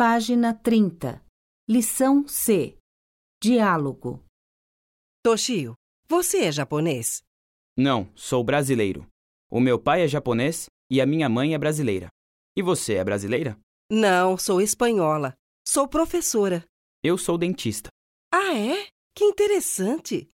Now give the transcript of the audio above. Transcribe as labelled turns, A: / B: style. A: Página 30. Lição C. Diálogo.
B: Toshio, você é japonês?
C: Não, sou brasileiro. O meu pai é japonês e a minha mãe é brasileira. E você é brasileira?
B: Não, sou espanhola. Sou professora.
C: Eu sou dentista.
B: Ah, é? Que interessante!